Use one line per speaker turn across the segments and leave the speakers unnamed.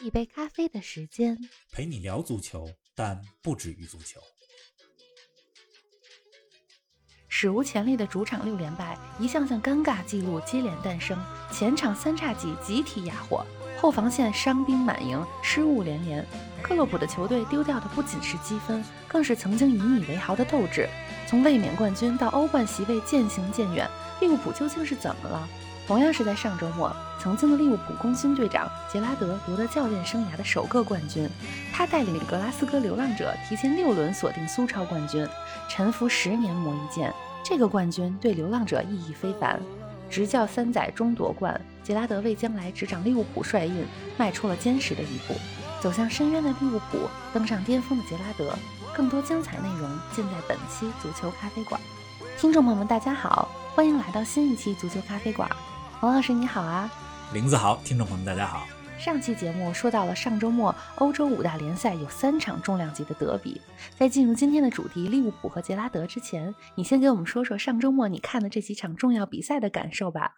一杯咖啡的时间。
陪你聊足球，但不止于足球。
史无前例的主场六连败，一项项尴尬记录接连诞生，前场三叉戟集体哑火，后防线伤兵满营，失误连连。克洛普的球队丢掉的不仅是积分，更是曾经引以为豪的斗志。从卫冕冠军到欧冠席位渐行渐远，利物浦究竟是怎么了？同样是在上周末，曾经的利物浦功勋队长杰拉德夺得教练生涯的首个冠军，他带领格拉斯哥流浪者提前六轮锁定苏超冠军。沉浮十年磨一剑，这个冠军对流浪者意义非凡。执教三载终夺冠，杰拉德为将来执掌利物浦帅运迈出了坚实的一步。走向深渊的利物浦，登上巅峰的杰拉德，更多精彩内容尽在本期足球咖啡馆。听众朋友们，大家好，欢迎来到新一期足球咖啡馆。王老师你好啊！
林子豪，听众朋友们，大家好。
上期节目说到了上周末欧洲五大联赛有三场重量级的德比。在进入今天的主题利物浦和杰拉德之前，你先给我们说说上周末你看的这几场重要比赛的感受吧。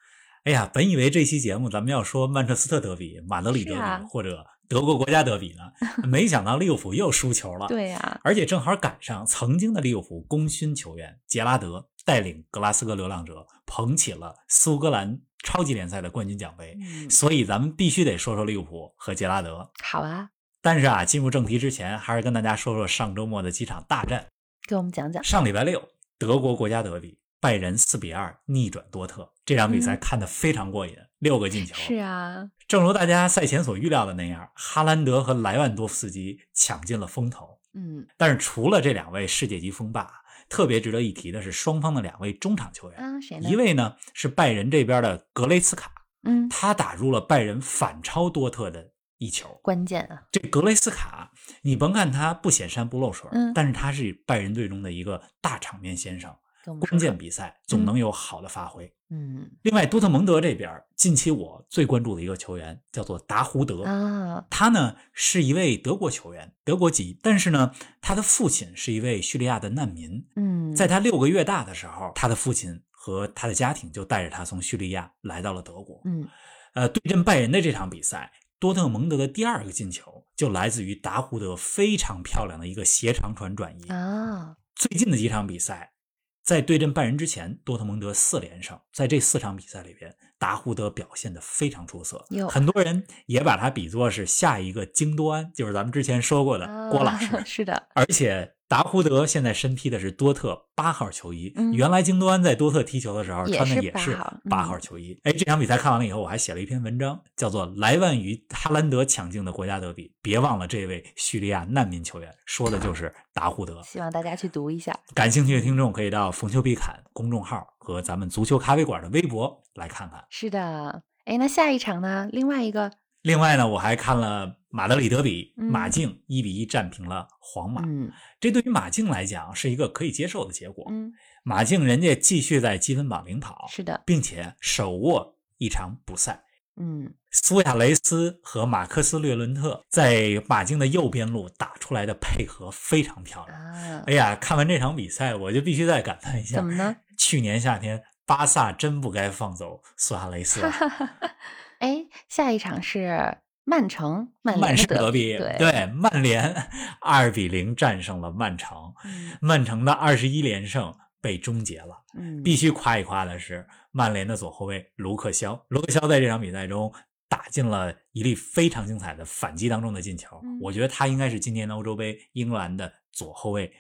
哎呀，本以为这期节目咱们要说曼彻斯特德比、马德里德比、
是啊
或者德国国家德比 呢，没想到利物浦又输球了。
对呀、
而且正好赶上曾经的利物浦功勋球员杰拉德带领格拉斯哥流浪者捧起了苏格兰超级联赛的冠军奖杯，
嗯，
所以咱们必须得说说利物浦和杰拉德。
好啊，
但是啊，进入正题之前，还是跟大家说说上周末的几场大战。
给我们讲讲。
上礼拜六，德国国家德比，拜仁四比二逆转多特，这场比赛
嗯
看得非常过瘾，六个进球。
是啊，
正如大家赛前所预料的那样，哈兰德和莱万多夫斯基抢尽了风头。
嗯
但是除了这两位世界级锋霸，特别值得一提的是双方的两位中场球员，
啊，谁呢？
一位呢是拜仁这边的格雷茨卡，
嗯，
他打入了拜仁反超多特的一球。
关键啊，
这格雷斯卡，你甭看他不显山不露水，
嗯
但是他是拜仁队中的一个大场面先生，
给我们
关
说说
键。比赛总能有好的发挥。
嗯
另外，多特蒙德这边，近期我最关注的一个球员叫做达胡德，
啊，
他呢是一位德国球员，德国籍，但是呢，他的父亲是一位叙利亚的难民，
嗯，
在他六个月大的时候，他的父亲和他的家庭就带着他从叙利亚来到了德国。
嗯
呃，对阵拜仁的这场比赛，多特蒙德的第二个进球就来自于达胡德非常漂亮的一个斜长传转移。
啊，
最近的几场比赛，在对阵拜仁之前，多特蒙德四连胜，在这四场比赛里边，达胡德表现的非常出色
哟，
很多人也把他比作是下一个京多安，就是咱们之前说过的郭老师。
啊 是的，
而且达胡德现在身披的是多特八号球衣，
嗯
原来京多安在多特踢球的时候
也
穿的
是
也
八
是
号嗯
八号球衣。哎、这场比赛看完了以后，我还写了一篇文章，叫做《莱万与哈兰德抢镜的国家德比》，别忘了这位叙利亚难民球员，说的就是达胡德。
希望大家去读一下。
感兴趣的听众可以到“逢球必侃”公众号和咱们足球咖啡馆的微博来看看。
是的，哎，那下一场呢？另外一个，
另外呢，我还看了马德里德比，
嗯
马竞一比一战平了皇马，
嗯
这对于马竞来讲是一个可以接受的结果。
嗯，
马竞人家继续在积分榜领跑，
是的，
并且手握一场补赛。
嗯
苏亚雷斯和马克斯·略伦特在马竞的右边路打出来的配合非常漂亮。
啊，
哎呀，看完这场比赛，我就必须再感叹一
怎
下
么，呢？
去年夏天巴萨真不该放走苏亚雷斯啊。
哎，下一场是曼城曼
曼
联
市
的德
比，
对，
对，曼联 二比零战胜了曼城，
嗯
曼城的二十一连胜被终结了。
嗯，
必须夸一夸的是曼联的左后卫卢克肖，卢克肖在这场比赛中打进了一粒非常精彩的反击当中的进球，
嗯
我觉得他应该是今年的欧洲杯英格兰的左后卫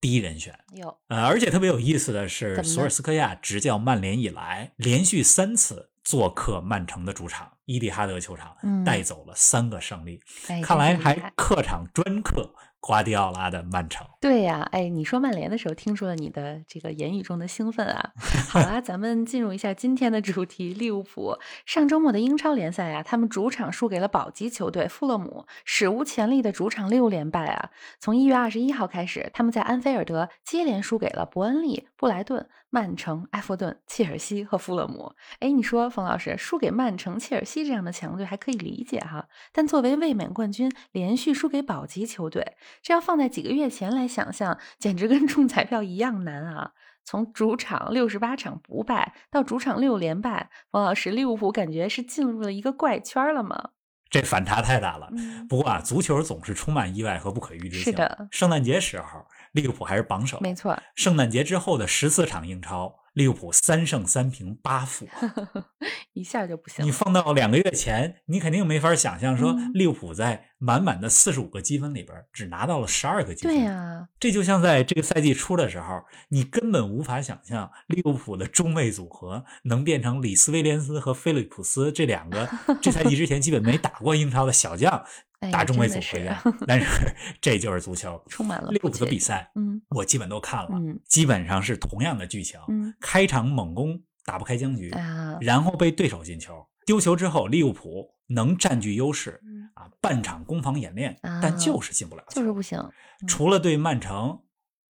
第一人选。
有
呃，而且特别有意思的
怎
是，
么呢
索尔斯克亚执教曼联以来，连续三次做客曼城的主场伊蒂哈德球场，
嗯
带走了三个胜利。
哎，
看来
真是厉
还
害
客场专克瓜迪奥拉的曼城。
对呀、哎，你说曼联的时候，听出了你的这个言语中的兴奋啊。好啦，咱们进入一下今天的主题，利物浦。上周末的英超联赛啊，他们主场输给了保级球队富勒姆，史无前例的主场六连败啊。从一月二十一号开始，他们在安菲尔德接连输给了伯恩利、布莱顿、曼城、埃弗顿、切尔西和富勒姆。哎，你说冯老师输给曼城、切尔西这样的强队还可以理解哈、但作为卫冕冠军，连续输给保级球队，这要放在几个月前来想象，简直跟中彩票一样难啊！从主场六十八场不败到主场六连败，王老师，利物浦感觉是进入了一个怪圈了吗？
这反差太大了。
嗯，
不过啊，足球总是充满意外和不可预知性。
是的，
圣诞节时候，利物浦还是榜首。
没错，
圣诞节之后的十四场英超，利物浦三胜三平八 负啊。
一下就不行
你
了。
放到两个月前，你肯定没法想象说
嗯
利物浦在满满的四十五个积分里边只拿到了十二个积分。
对呀、
这就像在这个赛季初的时候，你根本无法想象利物浦的中卫组合能变成里斯威廉斯和菲利普斯这两 个这赛季之前基本没打过英超的小将
哎呀
打中卫
真
组
的
合
是
呀。但是这就是足球，
充满了
利
不
物浦的
确
比
定。
赛
嗯
我基本都看了，
嗯
基本上是同样的剧情，
嗯
开场猛攻打不开僵局，
啊，
然后被对手进球，丢球之后，利物浦能占据优势
嗯
啊，半场攻防演练，
啊
但就是进不了球，
就是不行。
除了对曼城、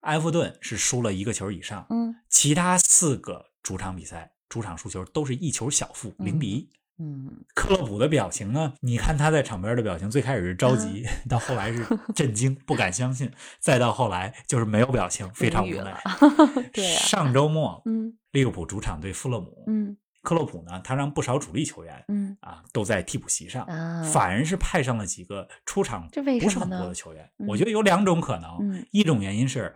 埃弗顿是输了一个球以上，
嗯
其他四个主场比赛主场输球都是一球小负，
嗯
零比一。
嗯，
克洛普的表情呢？你看他在场边的表情，最开始是着急，
嗯
到后来是震惊、不敢相信，再到后来就是没有表情，非常无
无语
奈
了。 对呀
上周末，
嗯
利物浦主场对富勒姆，
嗯
克洛普呢，他让不少主力球员
嗯
啊都在替补席上，
啊，
反而是派上了几个出场
这为
不是
什么
很
呢
多的球员。
嗯
我觉得有两种可能，
嗯
一种原因是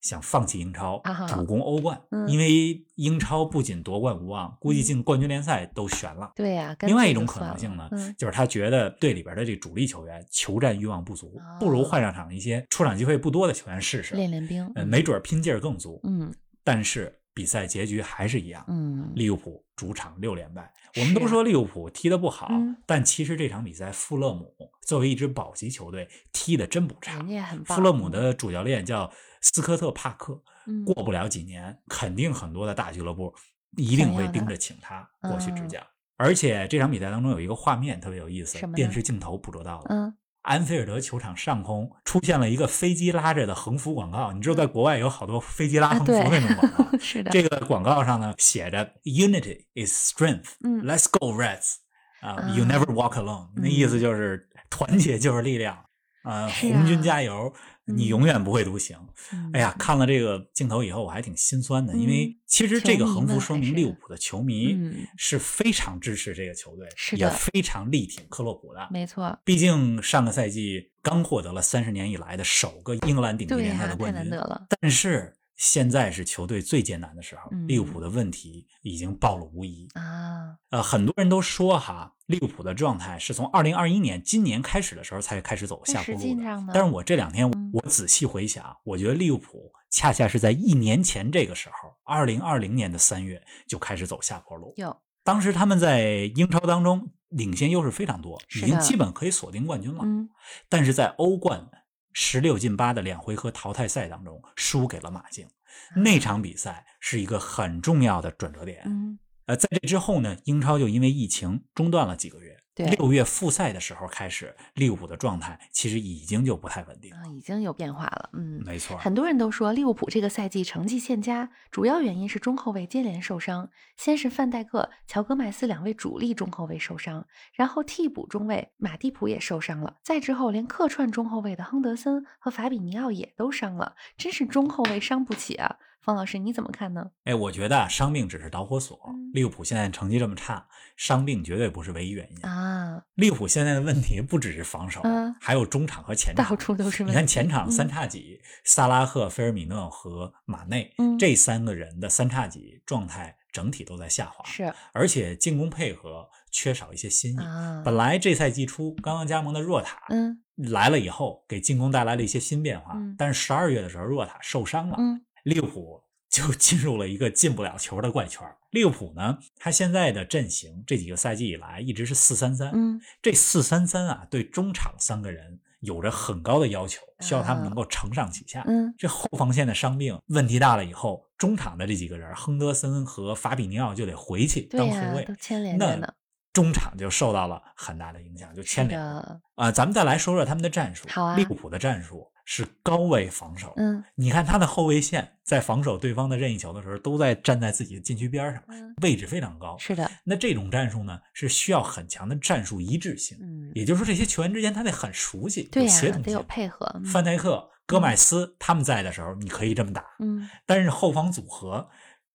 想放弃英超
啊哈，
主攻欧冠，
嗯
因为英超不仅夺冠无望，估计进冠军联赛都悬了。
对呀、干
另外
脆
一种
就
可
算
能性呢
了，嗯
就是他觉得队里边的这主力球员求战欲望不足
哦，
不如换上场一些出场机会不多的球员试试，
练练兵，
呃，
嗯
没准儿拼劲儿更足。
嗯
但是比赛结局还是一样，
嗯，
利物浦主场六连败。
是啊
我们都说利物浦踢得不好，
嗯
但其实这场比赛富勒姆作为一支保级球队踢得真不差
人。家也很棒。
富勒姆的主教练叫斯科特·帕克，
嗯
过不了几年，肯定很多的大俱乐部一定
想
会
要
盯
他
着请他过去执
嗯
教。而且这场比赛当中有一个画面特别有意思
什么，呢
电视镜头捕捉到了，
嗯
安菲尔德球场上空出现了一个飞机拉着的横幅广告。你知道，在国外有好多飞机拉
嗯啊
横幅
对
那种广告，，
是的，
这个广告上呢写着 “Unity is strength,
嗯
Let's go Reds 啊、
啊嗯
You never walk alone”，、那意思就是团结就是力量。啊，
是
红军
啊
加油！
嗯
你永远不会独行。
嗯
哎呀，看了这个镜头以后，我还挺心酸的，因为
嗯
其实这
球迷
个横幅
们
说
还
明
是
利物浦的球迷
嗯
是非常支持这个球队，
是
也
的
非常力挺克洛普的。
没错，
毕竟上个赛季刚获得了三十年以来的首个英格兰顶级
对
联
呀、
赛的
太
冠
难
军
得，了。
但是现在是球队最艰难的时候，
嗯
利物浦的问题已经暴露无遗。
啊，
呃，很多人都说哈，利物浦的状态是从二零二一年今年开始的时候才开始走
那
下坡
实
路
际
的。
上呢？
但是我这两天
嗯
我仔细回想，我觉得利物浦恰恰是在一年前这个时候，二零二零年的三月就开始走下坡路。
有，
当时他们在英超当中领先优势非常多，
是
已经
的
基本可以锁定冠军了。
嗯，
但是在欧冠十六进八的两回合淘汰赛当中输给了马竞，
啊
那场比赛是一个很重要的转折点。
嗯，
呃，在这之后呢，英超就因为疫情中断了几个月。
对
六月复赛的时候开始，利物浦的状态其实已经就不太稳定了。
啊，已经有变化了，嗯。
没错，
很多人都说利物浦这个赛季成绩欠佳，主要原因是中后卫接连受伤，先是范戴克、乔戈麦斯两位主力中后卫受伤，然后替补中卫马蒂普也受伤了，再之后连客串中后卫的亨德森和法比尼奥也都伤了，真是中后卫伤不起啊！方老师你怎么看呢？
哎，我觉得啊，伤病只是导火索
嗯。
利物浦现在成绩这么差，伤病绝对不是唯一原因。
啊，
利物浦现在的问题不只是防守
嗯，
还有中场和前场
到。处都是问题。
你看前场三
嗯
叉戟，萨拉赫、菲尔米诺和马内、
嗯
这三个人的三叉戟状态整体都在下滑，
是
而且进攻配合缺少一些新意。
啊，
本来这赛季初刚刚加盟的若塔、
嗯
来了以后，给进攻带来了一些新变化，
嗯
但是十二月的时候若塔受伤了，
嗯
利物浦就 进入了一个进不了球的怪圈儿。利物浦呢，他现在的阵型这几个赛季以来一直是四三三，
嗯，
这四三三啊，对中场三个人有着很高的要求，需要他们能
啊
够承上启下。
嗯
这后防线的伤病问题大了以后，中场的这几个人，亨德森和法比尼奥就得回去
对
当后
呀、
卫，
都牵连着
那
呢。
中场就受到了很大的影响，就牵连了
着，
啊、咱们再来说说他们的战术。
好啊
利物浦的战术是高位防守。
嗯
你看他的后卫线在防守对方的任意球的时候，都在站在自己的禁区边上，
嗯，
位置非常高。
是的，
那这种战术呢，是需要很强的战术一致性，
嗯，
也就是说，这些球员之间他得很熟悉，
对
有
呀、
协同
得有嗯
性。
配合。嗯
范戴克、戈麦斯他们在的时候，你可以这么打，
嗯，
但是后防组合，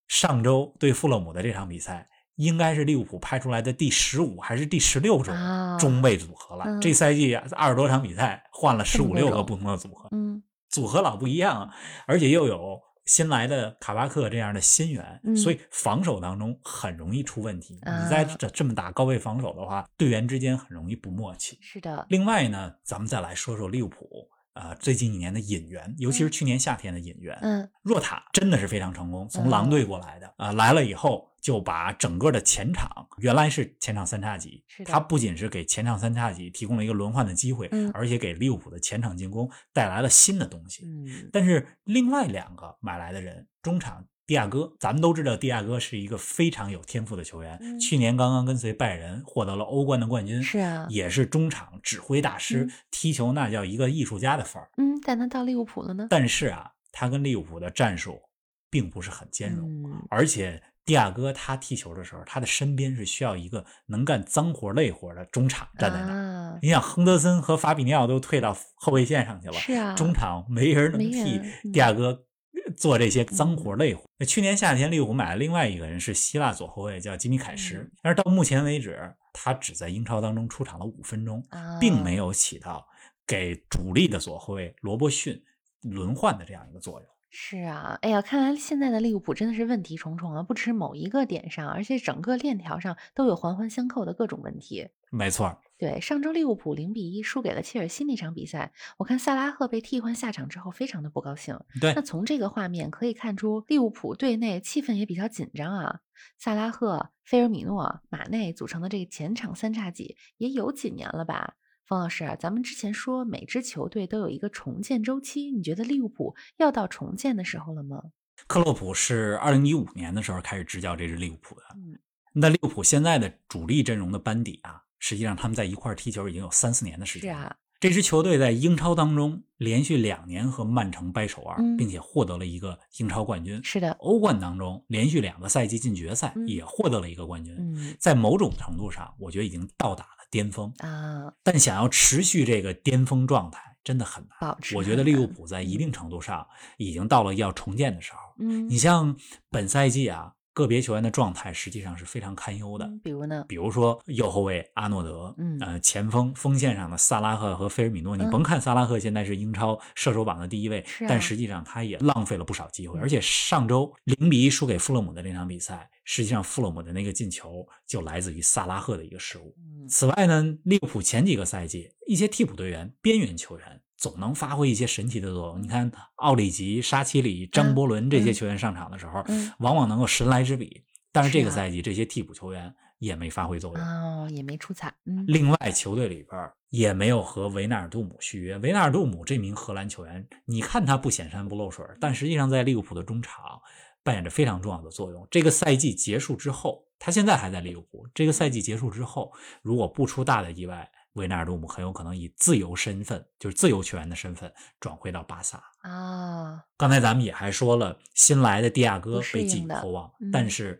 上周对富勒姆的这场比赛，应该是利物浦派出来的第十五还是第十六种
啊
中卫组合了。
嗯
这赛季啊二十多场比赛，换了十
这么
五
多
六
种
个不同的组合，
嗯
组合老不一样啊，而且又有新来的卡巴克这样的新援，
嗯
所以防守当中很容易出问题。
啊
你在这这么打高位防守的话，队员之间很容易不默契。
是的，
另外呢，咱们再来说说利物浦。啊、最近一年的引援，尤其是去年夏天的引援，
嗯
若塔真的是非常成功，
嗯
从狼队过来的啊、来了以后就把整个的前场原来是前场三叉戟
是，的
他不仅是给前场三叉戟提供了一个轮换的机会，
嗯
而且给利物浦的前场进攻带来了新的东西。
嗯，
但是另外两个买来的人，中场迪亚哥，咱们都知道迪亚哥是一个非常有天赋的球员，
嗯
去年刚刚跟随拜仁获得了欧冠的冠军，
是啊，
也是中场指挥大师，
嗯
踢球那叫一个艺术家的范儿。
嗯，但他到利物浦了呢，
但是啊，他跟利物浦的战术并不是很兼容，啊
嗯
而且迪亚哥他踢球的时候，他的身边是需要一个能干脏活累活的中场站在那儿。
啊，
你想，亨德森和法比尼奥都退到后卫线上去了，
是啊，
中场没人能
没
替
人嗯
迪亚哥做这些脏活累活。去年夏天，利物浦买了另外一个人是希腊左后卫，叫吉米凯什
嗯，
但是到目前为止，他只在英超当中出场了五分钟，
啊
并没有起到给主力的左后卫罗伯逊轮换的这样一个作用。
是啊，哎呀，看来现在的利物浦真的是问题重重啊，不止某一个点上，而且整个链条上都有环环相扣的各种问题。
没错儿，
对，上周利物浦零比一输给了切尔西那场比赛，我看萨拉赫被替换下场之后，非常的不高 兴。
对
那，从这个画面可以看出，利物浦队内气氛也比较紧张啊。萨拉赫、菲尔米诺、马内组成的这个前场三叉戟也有几年了吧？方老师啊，咱们之前说每支球队都有一个重建周期，你觉得利物浦要到重建的时候了吗？
克洛普是二零一五年的时候开始执教这支利物浦的。
嗯
那利物浦现在的主力阵容的班底啊，实际上他们在一块儿踢球已经有三四年的
是
时间了。
啊，
这支球队在英超当中连续两年和曼城掰手腕，
嗯
并且获得了一个英超冠军。
是的，
欧冠当中连续两个赛季进决赛，
嗯
也获得了一个冠军。
嗯
在某种程度上，我觉得已经到达了巅峰。
啊，
但想要持续这个巅峰状态，真的很难。
保持
我觉
很
得利物
难
浦在一定程度上已经到了要重建的时候。
嗯，
你像本赛季啊，个别球员的状态实际上是非常堪忧的。
嗯比如呢？
比如说右后卫阿诺德，
嗯
呃，前锋锋线上的萨拉赫和菲尔米诺，你
嗯
甭看萨拉赫现在是英超射手榜的第一位，
是啊
但实际上他也浪费了不少机
嗯
会，而且上周零比一输给富勒姆的那场比赛，实际上富勒姆的那个进球就来自于萨拉赫的一个失误。
嗯
此外呢，利物浦前几个赛季一些替补队员、边缘球员总能发挥一些神奇的作用。你看奥里吉、沙奇里、张伯伦这些球员上场的时候，
嗯
往往能够神来之笔。但是
是
这个
啊
赛季，这些替补球员也没发挥作用。
哦，也没出彩，嗯
另外，球队里边儿也没有和维纳尔杜姆续约。维纳尔杜姆这名荷兰球员，你看他不显山不露水儿，但实际上在利物浦的中场扮演着非常重要的作用。这个赛季结束之后，他现在还在利物浦。这个赛季结束之后，如果不出大的意外，维纳尔杜姆很有可能以自由身份，就是自由球员的身份转会到巴萨。
啊，
刚才咱们也还说了，新来的迪亚哥
不适
被
应
寄予
的
厚望，
嗯
但是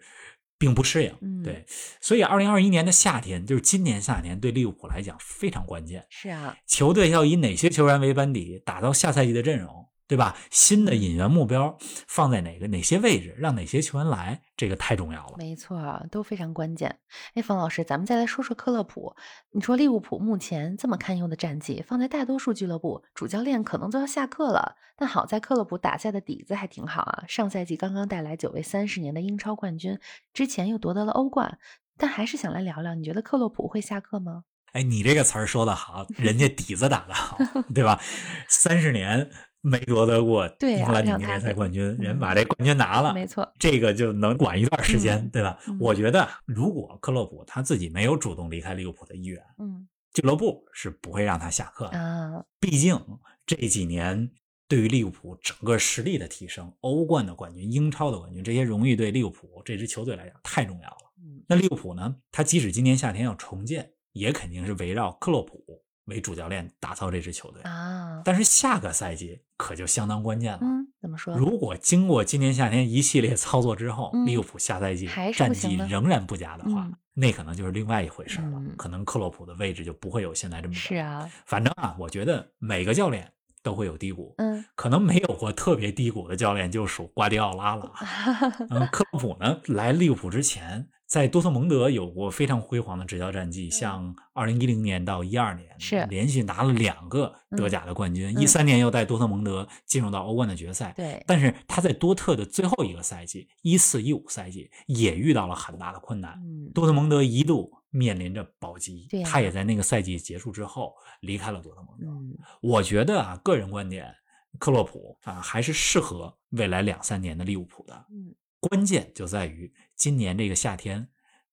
并不适应。
嗯
对，所以二零二一年的夏天，就是今年夏天，对利物浦来讲非常关键。
是啊，
球队要以哪些球员为班底，打造下赛季的阵容，对吧？新
嗯
的引援目标放在哪个哪些位置，让哪些球员来，这个太重要了。
没错儿，都非常关键。哎，冯老师，咱们再来说说克洛普。你说利物浦目前这么堪忧的战绩，放在大多数俱乐部，主教练可能都要下课了。但好在克洛普打下的底子还挺好啊，上赛季刚刚带来久违三十年的英超冠军，之前又夺得了欧冠。但还是想来聊聊，你觉得克洛普会下课吗？
哎，你这个词儿说得好，人家底子打得 好，对吧？三十年没夺得过
对呀
英格兰顶
让
级
他
联赛
给
冠军，人
嗯
把这冠军拿了，
没错，
这个就能管一段时间，
嗯
对吧？
嗯
我觉得，如果克洛普他自己没有主动离开利物浦的意愿，
嗯，
俱乐部是不会让他下课的。
啊，
毕竟这几年对于利物浦整个实力的提升，欧冠的冠军、英超的冠军这些荣誉对利物浦这支球队来讲太重要了。
嗯，
那利物浦呢，他即使今年夏天要重建，也肯定是围绕克洛普为主教练打造这支球队。
啊，
但是下个赛季可就相当关键了。
嗯，怎么说？
如果经过今年夏天一系列操作之后，
嗯
利物浦下赛季
还是
战
不行
绩
的
仍然不佳的话，
嗯
那可能就是另外一回事儿了。
嗯
可能克洛普的位置就不会有现在这么稳
是啊，
反正啊，我觉得每个教练都会有低谷，
嗯，
可能没有过特别低谷的教练就属瓜迪奥 拉了啊。嗯，克洛普呢，来利物浦之前，在多特蒙德有过非常辉煌的执教战绩，像二零一零年到一二年
嗯是
连续拿了两个德甲的冠军，
嗯
一三年又带多特蒙德进入到欧冠的决赛。
对，
但是他在多特的最后一个赛季，一四一五赛季也遇到了很大的困难，
嗯，
多特蒙德一度面临着保级，
对呀
他也在那个赛季结束之后离开了多特蒙德。
嗯，
我觉得啊，个人观点，克洛普啊还是适合未来两三年的利物浦的。
嗯，
关键就在于今年这个夏天，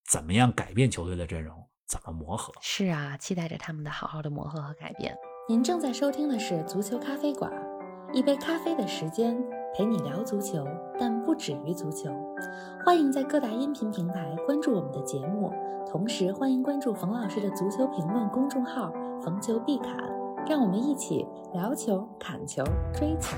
怎么样改变球队的阵容，怎么磨合。
是啊，期待着他们的好好的磨合和改变。您正在收听的是《足球咖啡馆》，一杯咖啡的时间陪你聊足球，但不止于足球。欢迎在各大音频平台关注我们的节目，同时欢迎关注冯老师的足球评论公众号“冯球必侃”，让我们一起聊球、砍球、追球。